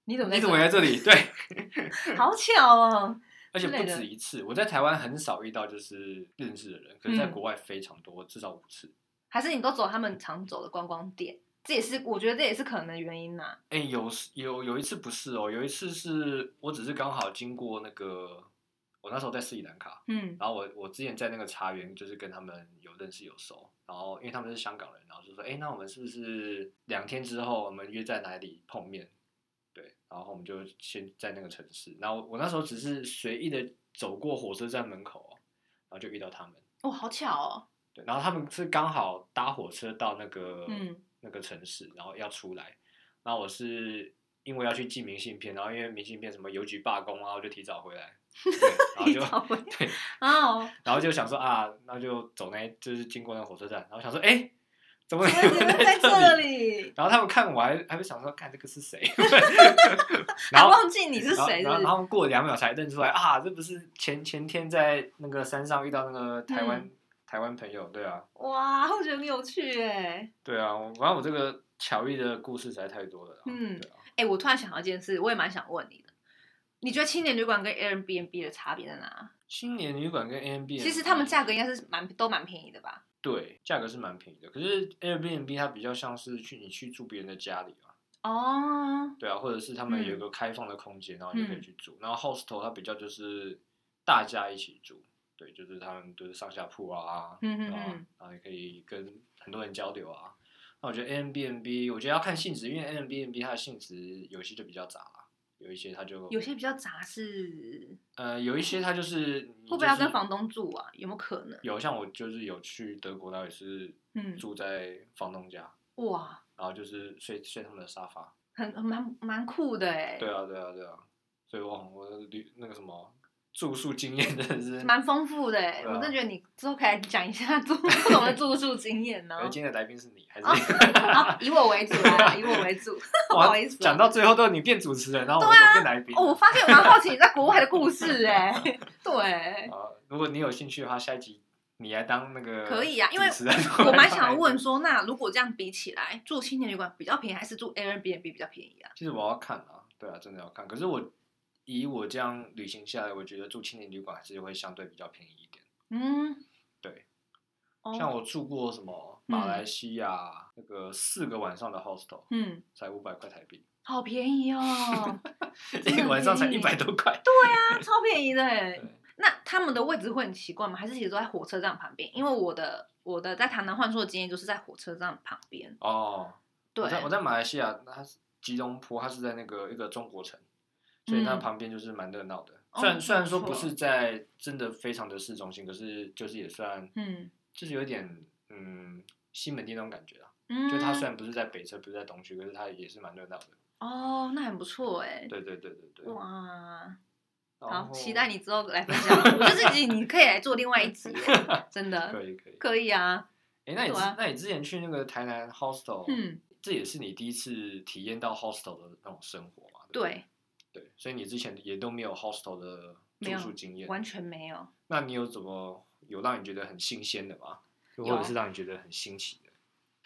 [SPEAKER 2] 你怎么
[SPEAKER 1] 你
[SPEAKER 2] 在
[SPEAKER 1] 怎么来这里？对，
[SPEAKER 2] 好巧哦！
[SPEAKER 1] 而且
[SPEAKER 2] 之
[SPEAKER 1] 不
[SPEAKER 2] 类的
[SPEAKER 1] 止一次。我在台湾很少遇到就是认识的人，可是在
[SPEAKER 2] 嗯
[SPEAKER 1] 国外非常多，至少五次。
[SPEAKER 2] 还是你都走他们常走的观光点？这也是我觉得这也是可能的原因呐、
[SPEAKER 1] 哎、有时有有一次不是哦，有一次是我只是刚好经过那个，我那时候在斯里兰卡，
[SPEAKER 2] 嗯
[SPEAKER 1] 然后我我之前在那个茶园就是跟他们有认识有熟，然后因为他们是香港人，然后就说，哎、那我们是不是两天之后我们约在哪里碰面？对，然后我们就先在那个城市，然后我那时候只是随意的走过火车站门口哦，然后就遇到他们，
[SPEAKER 2] 哇、好巧哦，
[SPEAKER 1] 对，然后他们是刚好搭火车到那个、
[SPEAKER 2] 嗯
[SPEAKER 1] 那个城市，然后要出来，然后我是因为要去寄明信片，然后因为明信片什么邮局罢工啊，我就提早回来， 对然后啊
[SPEAKER 2] 早
[SPEAKER 1] 就
[SPEAKER 2] 回来
[SPEAKER 1] 对，
[SPEAKER 2] 哦，
[SPEAKER 1] 然后就想说啊，那就走那，就是经过那个火车站，然后想说，哎，怎么
[SPEAKER 2] 原
[SPEAKER 1] 你
[SPEAKER 2] 来你
[SPEAKER 1] 们
[SPEAKER 2] 们在
[SPEAKER 1] 这
[SPEAKER 2] 这？里，
[SPEAKER 1] 然后他们看我还还会想说，看这个是谁？ 然
[SPEAKER 2] 还
[SPEAKER 1] 后
[SPEAKER 2] 忘记你是
[SPEAKER 1] 然后
[SPEAKER 2] 谁是
[SPEAKER 1] 然
[SPEAKER 2] 不
[SPEAKER 1] 后
[SPEAKER 2] 是
[SPEAKER 1] 然后过两秒才认出来啊，这不是前前天在那个山上遇到那个台湾、
[SPEAKER 2] 嗯
[SPEAKER 1] 台湾朋友，对啊，
[SPEAKER 2] 哇，我觉得很有趣哎。
[SPEAKER 1] 对啊，我反正我这个巧遇的故事实在太多了啦，
[SPEAKER 2] 嗯
[SPEAKER 1] 对啊，
[SPEAKER 2] 哎、我突然想到一件事，我也蛮想问你的。你觉得青年旅馆跟 Airbnb 的差别在哪？
[SPEAKER 1] 青年旅馆跟 Airbnb
[SPEAKER 2] 其实他们价格应该是蛮都蛮便宜的吧？
[SPEAKER 1] 对价格是蛮便宜的，可是 Airbnb 它比较像是去你去住别人的家里嘛，
[SPEAKER 2] 哦，
[SPEAKER 1] 对啊，或者是他们
[SPEAKER 2] 嗯
[SPEAKER 1] 有一个开放的空间，然后你可以
[SPEAKER 2] 嗯
[SPEAKER 1] 去住。然后 hostel 它比较就是大家一起住，对，就是他们就是上下铺啊，
[SPEAKER 2] 嗯
[SPEAKER 1] 对
[SPEAKER 2] 嗯
[SPEAKER 1] 吧
[SPEAKER 2] 嗯，
[SPEAKER 1] 然后也可以跟很多人交流啊。那我觉得 a m b n b 我觉得要看性质，因为 a m b n b 它的性质有些就比较杂啦，有一些它就
[SPEAKER 2] 有些比较杂是
[SPEAKER 1] 呃有一些它就是你
[SPEAKER 2] 会不会要
[SPEAKER 1] 就是
[SPEAKER 2] 跟房东住啊？有没有可能？
[SPEAKER 1] 有像我就是有去德国，然后也是
[SPEAKER 2] 嗯
[SPEAKER 1] 住在房东家，
[SPEAKER 2] 哇，
[SPEAKER 1] 然
[SPEAKER 2] 然
[SPEAKER 1] 后就是睡睡他们的沙发。
[SPEAKER 2] 很很蛮蛮酷的哎，
[SPEAKER 1] 对啊，对啊，对啊，所以我我的旅那个什么住宿经验真的是
[SPEAKER 2] 蛮丰富的哎、
[SPEAKER 1] 对啊
[SPEAKER 2] 我真的觉得你之后可以来讲一下 住不同的住宿经验呢
[SPEAKER 1] 而。今天的来宾是你，还是、
[SPEAKER 2] 啊 啊，以我为主啊，以我为主。不好意思啊
[SPEAKER 1] 讲到最后都是你变主持人，然后我
[SPEAKER 2] 对啊
[SPEAKER 1] 我变来宾。
[SPEAKER 2] 哦，我发现我蛮好奇你在国外的故事哎、 对，
[SPEAKER 1] 啊如果你有兴趣的话，下一集你来当那个
[SPEAKER 2] 可以啊因为
[SPEAKER 1] 主持人
[SPEAKER 2] 我
[SPEAKER 1] 来当
[SPEAKER 2] 蛮想
[SPEAKER 1] 来
[SPEAKER 2] 要
[SPEAKER 1] 宾
[SPEAKER 2] 问，说，那如果这样比起来，住青年旅馆比较便宜，还是住 Airbnb 比较便宜啊？
[SPEAKER 1] 其实我要看啊，对啊，真的要看。可是我以我这样旅行下来，我觉得住青年旅馆还是会相对比较便宜一点。
[SPEAKER 2] 嗯，
[SPEAKER 1] 对，
[SPEAKER 2] 哦
[SPEAKER 1] 像，我住过什么马来西亚、那个四个晚上的 hostel，
[SPEAKER 2] 嗯，
[SPEAKER 1] 才五百块台币，
[SPEAKER 2] 好便宜 哦，
[SPEAKER 1] 一个晚上才一
[SPEAKER 2] 便宜
[SPEAKER 1] 百多块。
[SPEAKER 2] 啊，超便宜的哎
[SPEAKER 1] 对。
[SPEAKER 2] 那他们的位置会很奇怪吗？还是其实都在火车站旁边？因为我的我的在台南换宿的经验就是在火车站旁边。
[SPEAKER 1] 哦，
[SPEAKER 2] 对
[SPEAKER 1] 我，在我在马来西亚，它是吉隆坡，它是在那个一个中国城，所以它
[SPEAKER 2] 嗯
[SPEAKER 1] 旁边就是蛮热闹的。
[SPEAKER 2] 哦
[SPEAKER 1] 虽然虽然说
[SPEAKER 2] 不
[SPEAKER 1] 不
[SPEAKER 2] 错
[SPEAKER 1] 是在真的非常的市中心，可是就是也算，
[SPEAKER 2] 嗯
[SPEAKER 1] 就是有点嗯西门町那种感觉啊。
[SPEAKER 2] 嗯，
[SPEAKER 1] 就它虽然不是在北车，不是在东区，可是它也是蛮热闹的。
[SPEAKER 2] 哦，那很不错哎。
[SPEAKER 1] 对对对对对。
[SPEAKER 2] 哇，
[SPEAKER 1] 然
[SPEAKER 2] 好，
[SPEAKER 1] 后
[SPEAKER 2] 期待你之后来分享。我觉得这集你可以来做另外一集耶，
[SPEAKER 1] 可
[SPEAKER 2] 真的
[SPEAKER 1] 以可以。
[SPEAKER 2] 可以啊。
[SPEAKER 1] 哎，那你
[SPEAKER 2] 对
[SPEAKER 1] 之
[SPEAKER 2] 啊
[SPEAKER 1] 那你之前去那个台南 hostel，
[SPEAKER 2] 嗯，
[SPEAKER 1] 这也是你第一次体验到 hostel 的那种生活嘛？不
[SPEAKER 2] 对，
[SPEAKER 1] 对，所以你之前也都没有 hostel 的
[SPEAKER 2] 没
[SPEAKER 1] 住
[SPEAKER 2] 有
[SPEAKER 1] 宿经验，
[SPEAKER 2] 完。全没有。
[SPEAKER 1] 那你有怎么有让你觉得很新鲜的吗？或
[SPEAKER 2] 有啊
[SPEAKER 1] 者是让你觉得很新奇的？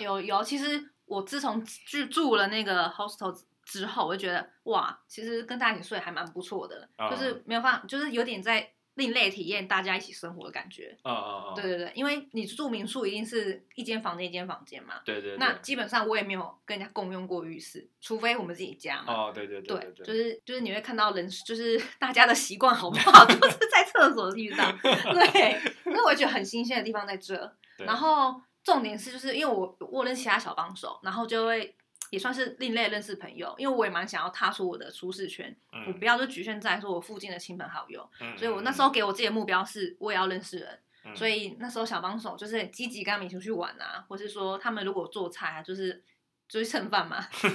[SPEAKER 2] 有有，其实我自从去住了那个 hostel 之之后，我就觉得哇，其实跟大家一起睡还蛮不错的，
[SPEAKER 1] 啊
[SPEAKER 2] 就是没有办法，就是有点在另类体验大家一起生活的感觉。
[SPEAKER 1] 啊啊啊！
[SPEAKER 2] 嗯对对对，因为你住民宿一定是一间房间一间房间嘛，
[SPEAKER 1] 对对，
[SPEAKER 2] 那
[SPEAKER 1] 对
[SPEAKER 2] 基本上我也没有跟人家共用过浴室，除非我们自己家嘛。
[SPEAKER 1] 哦，对对
[SPEAKER 2] 对
[SPEAKER 1] 对
[SPEAKER 2] 就
[SPEAKER 1] 对，
[SPEAKER 2] 是就是你会看到人，就是 大家的习惯好不 好，都是在厕所遇到。对，那我觉得很新鲜的地方在这。
[SPEAKER 1] 对
[SPEAKER 2] 然后重点是，就是因为我我认识其他小帮手，然后就会也算是另类认识朋友，因为我也蛮想要踏出我的舒适圈，我不
[SPEAKER 1] 要，
[SPEAKER 2] 要就局限在说我附近的亲朋好友，
[SPEAKER 1] 嗯
[SPEAKER 2] 所以我那时候，给我自己的目标是我也要认识人，
[SPEAKER 1] 嗯
[SPEAKER 2] 所以那时候小帮手就是很积极跟他们一起出去玩啊，或是说他们如果做菜啊，就是就是蹭 饭嘛，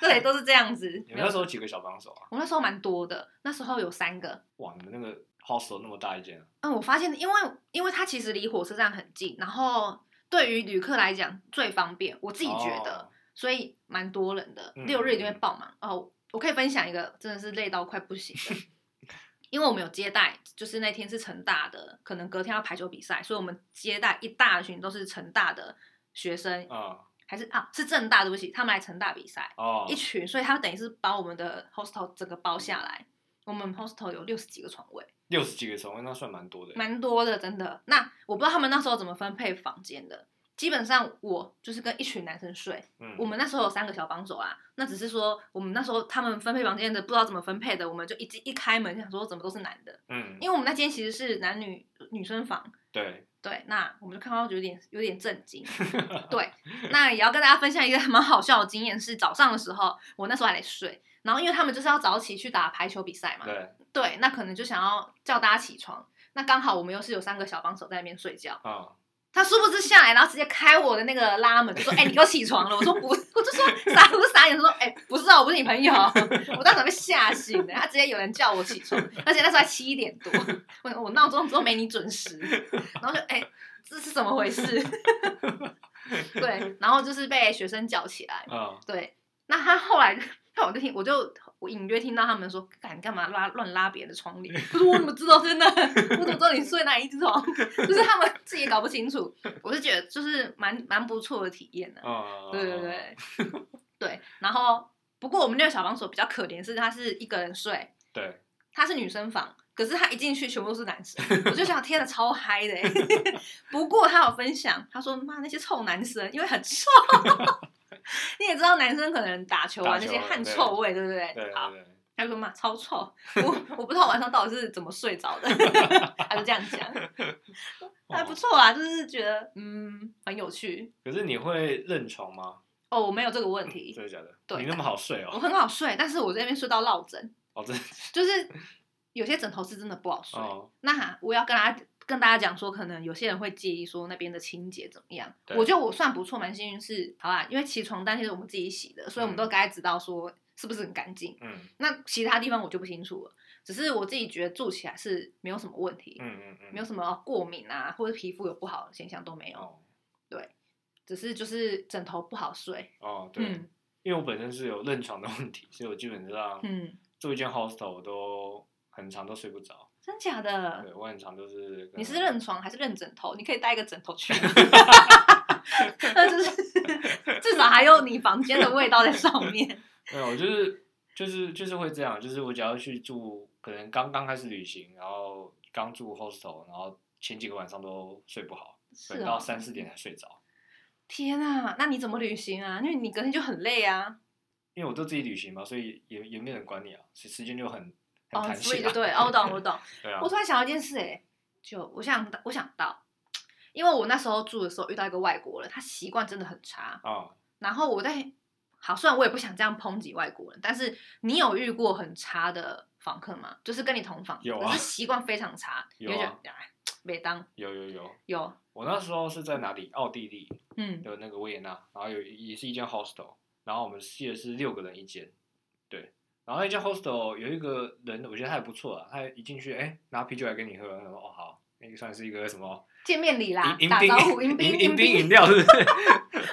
[SPEAKER 2] 对，都是这样子。
[SPEAKER 1] 你们那时候几个小帮手啊？
[SPEAKER 2] 我那时候蛮多的，那时候有三个，
[SPEAKER 1] 哇，你们那个 hostel 那么大一间啊，
[SPEAKER 2] 嗯，我发现，因为因为它其实离火车站很近，然后对于旅客来讲最方便，我自己觉得，
[SPEAKER 1] 哦
[SPEAKER 2] 所以蛮多人的，
[SPEAKER 1] 嗯
[SPEAKER 2] 六日一定会爆满、哦。我可以分享一个，真的是累到快不行的， 因为我们有接待，就是那天是成大的，可能隔天要排球比赛，所以我们接待一大群都是成大的学生，
[SPEAKER 1] 啊
[SPEAKER 2] 还是啊是正大，对不起，他们来成大比赛，
[SPEAKER 1] 哦，
[SPEAKER 2] 一群，所以他等于是把我们的 hostel 整个包下来。我们 hostel 有六十几个床位，
[SPEAKER 1] 六十几个床位，那算蛮多的。
[SPEAKER 2] 蛮多的，真的。那我不知道他们那时候怎么分配房间的。基本上我就是跟一群男生睡，
[SPEAKER 1] 嗯，
[SPEAKER 2] 我们那时候有三个小帮手啦。那只是说我们那时候他们分配房间的不知道怎么分配的，我们就一进一开门想说怎么都是男的，
[SPEAKER 1] 嗯，
[SPEAKER 2] 因为我们那间其实是男女女生房。
[SPEAKER 1] 对，
[SPEAKER 2] 对，那我们就看到就有点有点震惊。对，那也要跟大家分享一个蛮好笑的经验，是早上的时候，我那时候还得睡，然后因为他们就是要早起去打排球比赛嘛，
[SPEAKER 1] 对
[SPEAKER 2] 对，那可能就想要叫大家起床。那刚好我们又是有三个小帮手在那边睡觉，
[SPEAKER 1] 啊，
[SPEAKER 2] 他殊不知下来，然后直接开我的那个拉门，就说：“哎、你给我起床了！”我说：“不，我就说傻，我就傻眼，说：‘哎、不是啊，我不是你朋友。’我当场被吓醒了，他直接有人叫我起床，而且那时候还七点多，我我闹钟都没你准时，然后就哎、这是怎么回事？ 对，然后就是被学生叫起来，
[SPEAKER 1] 啊，
[SPEAKER 2] 对，那他后来， 那我就听，我就我隐约听到他们说，干你干嘛拉乱拉别人的窗帘？我说我怎么知道？真的，我怎么知道你睡哪一只床？就是他们自己也搞不清楚。我是觉得就是蛮蛮不错的体验的、
[SPEAKER 1] 啊，
[SPEAKER 2] 对对，对对。然后不过我们那个小房所比较可怜，是他是一个人睡，
[SPEAKER 1] 对，
[SPEAKER 2] 他是女生房。可是他一进去全部都是男生，我就想天哪，超嗨的、欸！ 不过他有分享，他说妈那些臭男生，因为很 臭，你也知道男生可能打球啊
[SPEAKER 1] 打球
[SPEAKER 2] 那些汗臭味，对不对？
[SPEAKER 1] 对
[SPEAKER 2] 好，
[SPEAKER 1] 对
[SPEAKER 2] 他就说妈超 臭，我我不知道晚上到底是怎么睡着 的，他就这样讲，
[SPEAKER 1] 对，
[SPEAKER 2] 还不
[SPEAKER 1] 哦。
[SPEAKER 2] 错啊，就是觉得嗯很有趣
[SPEAKER 1] 可是你会认床吗？
[SPEAKER 2] 哦，我没有这个问题，
[SPEAKER 1] 真的假的？
[SPEAKER 2] 对
[SPEAKER 1] 你那么好睡
[SPEAKER 2] 我
[SPEAKER 1] 哦？
[SPEAKER 2] 很好睡，但是我在那边睡到落枕，
[SPEAKER 1] 哦，真的
[SPEAKER 2] 就是有些枕头是真的不好睡，
[SPEAKER 1] 哦，
[SPEAKER 2] 那我要跟大家跟大家讲说，可能有些人会介意说那边的清洁怎么样。
[SPEAKER 1] 对
[SPEAKER 2] 我觉得我算不错，蛮幸运是，好啦，因为其实床单其实我们自己洗的，所以我们都该知道说是不是很干净。
[SPEAKER 1] 嗯
[SPEAKER 2] 那其他地方我就不清楚了，只是我自己觉得住起来是没有什么问题，
[SPEAKER 1] 嗯嗯嗯，
[SPEAKER 2] 没有什么过敏啊或者皮肤有不好的现象都没有，
[SPEAKER 1] 哦
[SPEAKER 2] 只是就是枕头不好睡。
[SPEAKER 1] 哦，对，
[SPEAKER 2] 嗯
[SPEAKER 1] 因为我本身是有认床的问题，所以我基本上
[SPEAKER 2] 嗯，
[SPEAKER 1] 住一间 hostel 我都很长都睡不着。
[SPEAKER 2] 真假的？
[SPEAKER 1] 对啊我很长都是可能
[SPEAKER 2] 啊你是认床还是认枕头？你可以带一个枕头去。 那就是 至少还有你房间的味道在上 面。
[SPEAKER 1] 没有，我就是就是就是会这样，就是我只要去住，可能刚刚开始旅行，然后刚住 hostel，然后前几个晚上都睡不好，
[SPEAKER 2] 是
[SPEAKER 1] 等到
[SPEAKER 2] 哦，
[SPEAKER 1] 三四点才睡着，
[SPEAKER 2] 天啊，那你怎么旅行啊？因为你隔天就很累啊。
[SPEAKER 1] 因为我都自己旅行嘛，所以也也没人管你啊，所以时间就很很
[SPEAKER 2] 哦，
[SPEAKER 1] 弹
[SPEAKER 2] 所以
[SPEAKER 1] 性
[SPEAKER 2] 就
[SPEAKER 1] 啊。
[SPEAKER 2] 对，哦，我懂，我懂。
[SPEAKER 1] 对啊
[SPEAKER 2] 我，突然想到一件事、欸，哎，就我想，我想到，因为我那时候住的时候遇到一个外国人，他习惯真的很差。
[SPEAKER 1] 啊、
[SPEAKER 2] 然后我在，好，虽然我也不想这样抨击外国人，但是你有遇过很差的房客吗？就是跟你同房，
[SPEAKER 1] 有
[SPEAKER 2] 可
[SPEAKER 1] 啊
[SPEAKER 2] 是习惯非常差，你
[SPEAKER 1] 有
[SPEAKER 2] 会觉
[SPEAKER 1] 啊
[SPEAKER 2] 得哎，每当
[SPEAKER 1] 有有有，
[SPEAKER 2] 有，
[SPEAKER 1] 我那时候是在哪里？奥地利
[SPEAKER 2] 嗯，
[SPEAKER 1] 的那个维也纳，然后有也是一间 hostel，然后我们记得是六个人一间，对，然后那间 hostel 有一个人，我觉得他还不错啊，他一进去，哎，拿啤酒来给你喝，然后哦好，那个算是一个什么
[SPEAKER 2] 见面礼啦，
[SPEAKER 1] 迎迎
[SPEAKER 2] 打招呼，
[SPEAKER 1] 宾
[SPEAKER 2] 迎宾，
[SPEAKER 1] 迎迎宾饮料是不 是？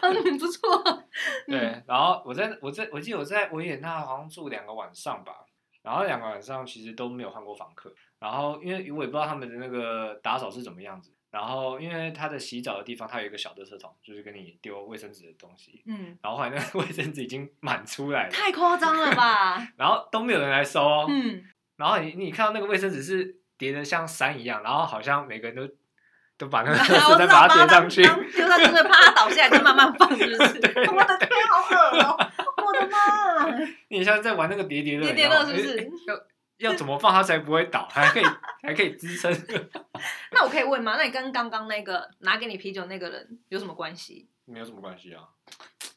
[SPEAKER 2] 嗯，不错，嗯，
[SPEAKER 1] 对，然后我在我在我记得我在维也纳好像住两个晚上吧，然后两个晚上其实都没有换过房客，然后因为我也不知道他们的那个打扫是怎么样子，然后因为他的洗澡的地方它有一个小垃圾桶，就是给你丢卫生纸的东西，
[SPEAKER 2] 嗯，
[SPEAKER 1] 然后后来那个 卫生纸已经满出来了，
[SPEAKER 2] 太夸张了 吧？
[SPEAKER 1] 然后都没有人来收哦，
[SPEAKER 2] 嗯，
[SPEAKER 1] 然后你你看到那个卫生纸是叠的像山一样，然后好像每个人都都把那 个
[SPEAKER 2] 我
[SPEAKER 1] 垃
[SPEAKER 2] 知道
[SPEAKER 1] 圾再把它
[SPEAKER 2] 它
[SPEAKER 1] 叠上去，
[SPEAKER 2] 当丢上去会啪倒下来，就慢慢放，是不 是？我的天，好恶哦！我的妈！
[SPEAKER 1] 你像在玩那个叠叠乐，
[SPEAKER 2] 叠叠
[SPEAKER 1] 你知道吗
[SPEAKER 2] 乐是不是
[SPEAKER 1] 哎要要怎么放它才不会倒，还可以还可以支撑？
[SPEAKER 2] 那我可以问吗？那你跟刚刚那个拿给你啤酒那个人有什么关系？
[SPEAKER 1] 没有什么关系啊，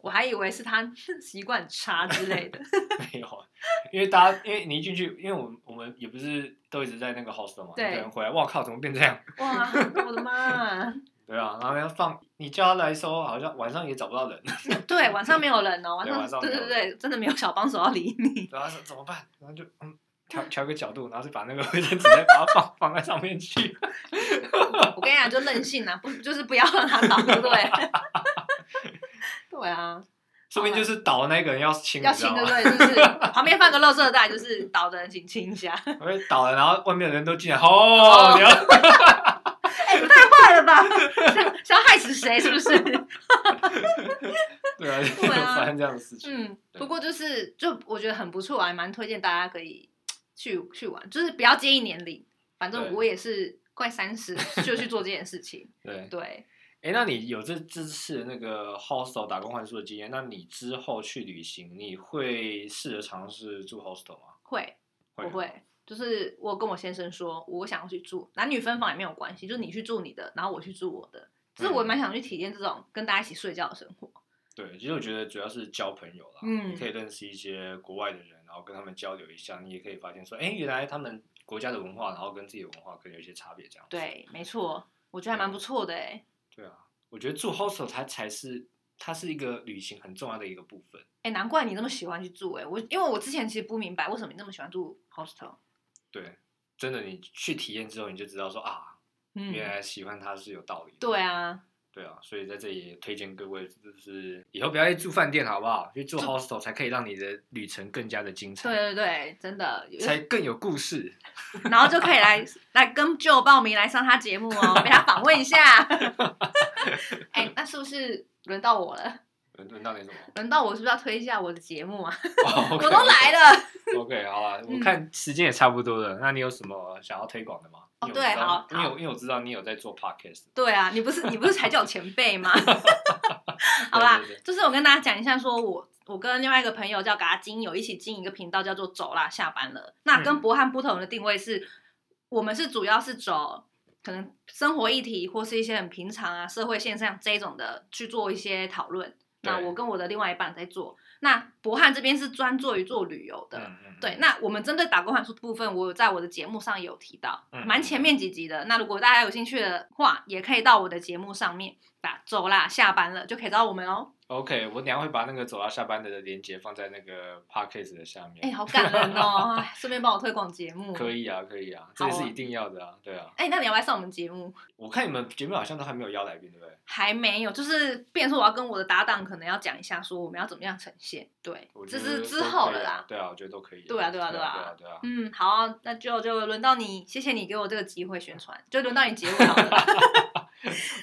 [SPEAKER 2] 我还以为是他 习惯差之类的。
[SPEAKER 1] 没有，啊，因为大家因为你一进去，因为我们我们也不是都一直在那个 hostel 嘛，一
[SPEAKER 2] 对
[SPEAKER 1] 个人回来，哇靠，怎么变这样？
[SPEAKER 2] 哇，我的妈！
[SPEAKER 1] 对啊，然后要放你叫他来收，好像晚上也找不到人，
[SPEAKER 2] 对，晚上没有人哦，晚
[SPEAKER 1] 晚上
[SPEAKER 2] 上
[SPEAKER 1] 没
[SPEAKER 2] 对
[SPEAKER 1] 有
[SPEAKER 2] 对
[SPEAKER 1] 人
[SPEAKER 2] 对，真的没有小帮手要理你。
[SPEAKER 1] 然后他说怎么办？然后就嗯。 调调个角度，然后就把那个卫生纸再把它放放在上面去。
[SPEAKER 2] 我跟你讲，就任性啊，不就是不要让他倒，对不 对？对啊，
[SPEAKER 1] 说不定就是倒的那个人要清，
[SPEAKER 2] 要
[SPEAKER 1] 你知道
[SPEAKER 2] 清对不
[SPEAKER 1] 吗？
[SPEAKER 2] 对？就是
[SPEAKER 1] 啊
[SPEAKER 2] 旁边放个垃圾袋，就是倒的人请清一下。
[SPEAKER 1] 因为倒了，然后外面的人都进来，哦，你要
[SPEAKER 2] 哎、太坏了吧！ 想想要害死谁是不是？
[SPEAKER 1] 对啊，就
[SPEAKER 2] 对啊
[SPEAKER 1] 发生这样的事情。
[SPEAKER 2] 嗯，
[SPEAKER 1] 对啊
[SPEAKER 2] 不过就是就我觉得很不错，我还蛮推荐大家可以去去玩，就是不要介意年龄，反正
[SPEAKER 1] 对
[SPEAKER 2] 我也是快三十就去做这件事 情。
[SPEAKER 1] 对，
[SPEAKER 2] 对，
[SPEAKER 1] 哎，那你有这这次那个 hostel 打工换宿的经验，那你之后去旅行，你会试着尝试住 hostel 吗？
[SPEAKER 2] 会我
[SPEAKER 1] 吗，
[SPEAKER 2] 会，就是我跟我先生说，我想要去住男女分房也没有关系，就是你去住你的，然后我去住我的。就是我
[SPEAKER 1] 嗯
[SPEAKER 2] 蛮想去体验这种跟大家一起睡觉的生活。
[SPEAKER 1] 对，其实我觉得主要是交朋友啦，
[SPEAKER 2] 嗯
[SPEAKER 1] 你可以认识一些国外的人，然后跟他们交流一下，你也可以发现说，哎，原来他们国家的文化，然后跟自己的文化可能有一些差别，这样子。
[SPEAKER 2] 对，没错，我觉得还蛮不错的哎。
[SPEAKER 1] 对啊，我觉得住 hostel 它才是它是一个旅行很重要的一个部分。
[SPEAKER 2] 哎、难怪你那么喜欢去住哎、我因为我之前其实不明白为什么你那么喜欢住 hostel。
[SPEAKER 1] 对，真的你去体验之后，你就知道说啊，
[SPEAKER 2] 嗯，
[SPEAKER 1] 原来喜欢它是有道理的。
[SPEAKER 2] 对啊，
[SPEAKER 1] 对啊，所以在这里也推荐各位，就是以后不要去住饭店，好不好？去住 hostel 才可以让你的旅程更加的精彩，
[SPEAKER 2] 对对对，真的，有
[SPEAKER 1] 才更有故事。
[SPEAKER 2] 然后就可 以来来跟舅报名来上他节目哦，被他访问 一下。哎、那是不是轮到我了？
[SPEAKER 1] 轮呃轮到你 什么？
[SPEAKER 2] 轮到我是不是要推一下我的节目啊？
[SPEAKER 1] 哦
[SPEAKER 2] 我
[SPEAKER 1] ，OK，
[SPEAKER 2] 都来了。
[SPEAKER 1] OK，好啊，我
[SPEAKER 2] 嗯
[SPEAKER 1] 看时间也差不多了，那你有什么想要推广的吗？
[SPEAKER 2] 哦
[SPEAKER 1] 你有
[SPEAKER 2] 对
[SPEAKER 1] 知道
[SPEAKER 2] 好
[SPEAKER 1] 因为我因为我知道你有在做 podcast，
[SPEAKER 2] 对啊，你不是你不是才叫我前 辈吗？好吧
[SPEAKER 1] 对对对，
[SPEAKER 2] 就是我跟大家讲一下，说我我跟另外一个朋友叫嘎金有一起经营一个频道，叫做“走啦，下班了”。那跟
[SPEAKER 1] 嗯
[SPEAKER 2] 博汉不同的定位是，我们是主要是走可能生活议题或是一些很平常啊社会现象这一种的去做一些讨论。那
[SPEAKER 1] 对
[SPEAKER 2] 我跟我的另外一半在做，那博汉这边是专做于做旅游的。
[SPEAKER 1] 嗯嗯，
[SPEAKER 2] 对，
[SPEAKER 1] 嗯
[SPEAKER 2] 那我们针对打工换宿的部分，我有在我的节目上有提到，
[SPEAKER 1] 嗯
[SPEAKER 2] 蛮前面几集的。那如果大家有兴趣的话，也可以到我的节目上面打“走啦，下班了”就可以找我们哦。
[SPEAKER 1] OK，我等一下会把那个走到下班的连接放在那个 podcast 的下面。
[SPEAKER 2] 哎、好感人哦！哎顺便帮我推广节目。
[SPEAKER 1] 可。以啊，可以啊，这
[SPEAKER 2] 好啊
[SPEAKER 1] 个是一定要的啊，对啊。
[SPEAKER 2] 哎、那你要不要上我们节目？
[SPEAKER 1] 我看你们节目好像都还没有邀来宾，对不对？
[SPEAKER 2] 还没有，就是变成说我要跟我的搭档可能要讲一下，说我们要怎么样呈现。对
[SPEAKER 1] 我，觉得
[SPEAKER 2] 这是
[SPEAKER 1] 都
[SPEAKER 2] 之后
[SPEAKER 1] 可以
[SPEAKER 2] 了
[SPEAKER 1] 啊
[SPEAKER 2] 啦。
[SPEAKER 1] 对啊，我觉得都可以啊。
[SPEAKER 2] 对啊对啊
[SPEAKER 1] 对
[SPEAKER 2] 对啊
[SPEAKER 1] 对啊，对啊。
[SPEAKER 2] 嗯，好啊、那就就轮到你，谢谢你给我这个机会宣传，就轮到你结尾好了。
[SPEAKER 1] 啊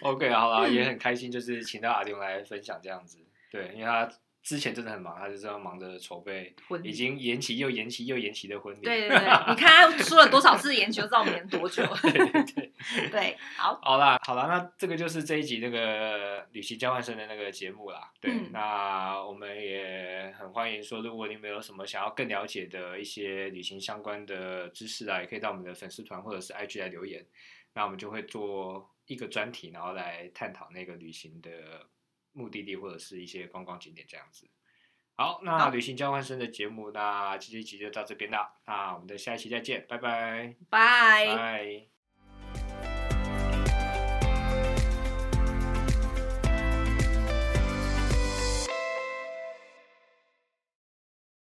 [SPEAKER 1] OK，好啦，
[SPEAKER 2] 嗯
[SPEAKER 1] 也很开心，就是请到阿丁来分享这样子。对，因为他之前真的很忙，他就是要忙着筹备，
[SPEAKER 2] 婚礼
[SPEAKER 1] 已经延期又延期又延期的婚礼。
[SPEAKER 2] 对对对，你看他说了多少次研究，知道我们演多久。
[SPEAKER 1] 对对对。
[SPEAKER 2] 对，好，
[SPEAKER 1] 好啦， 好啦，那这个就是这一集那个旅行交换生的那个节目啦。对，
[SPEAKER 2] 嗯
[SPEAKER 1] 那我们也很欢迎说，如果你们有什么想要更了解的一些旅行相关的知识啊，也可以到我们的粉丝团或者是 IG 来留言，那我们就会做一个专题，然后来探讨那个旅行的目的地或者是一些观光景点这样子。好，那
[SPEAKER 2] 好
[SPEAKER 1] 旅行交换生的节目，那这一集就到这边啦。那我们的下一期再见，拜拜，
[SPEAKER 2] 拜。
[SPEAKER 1] 拜。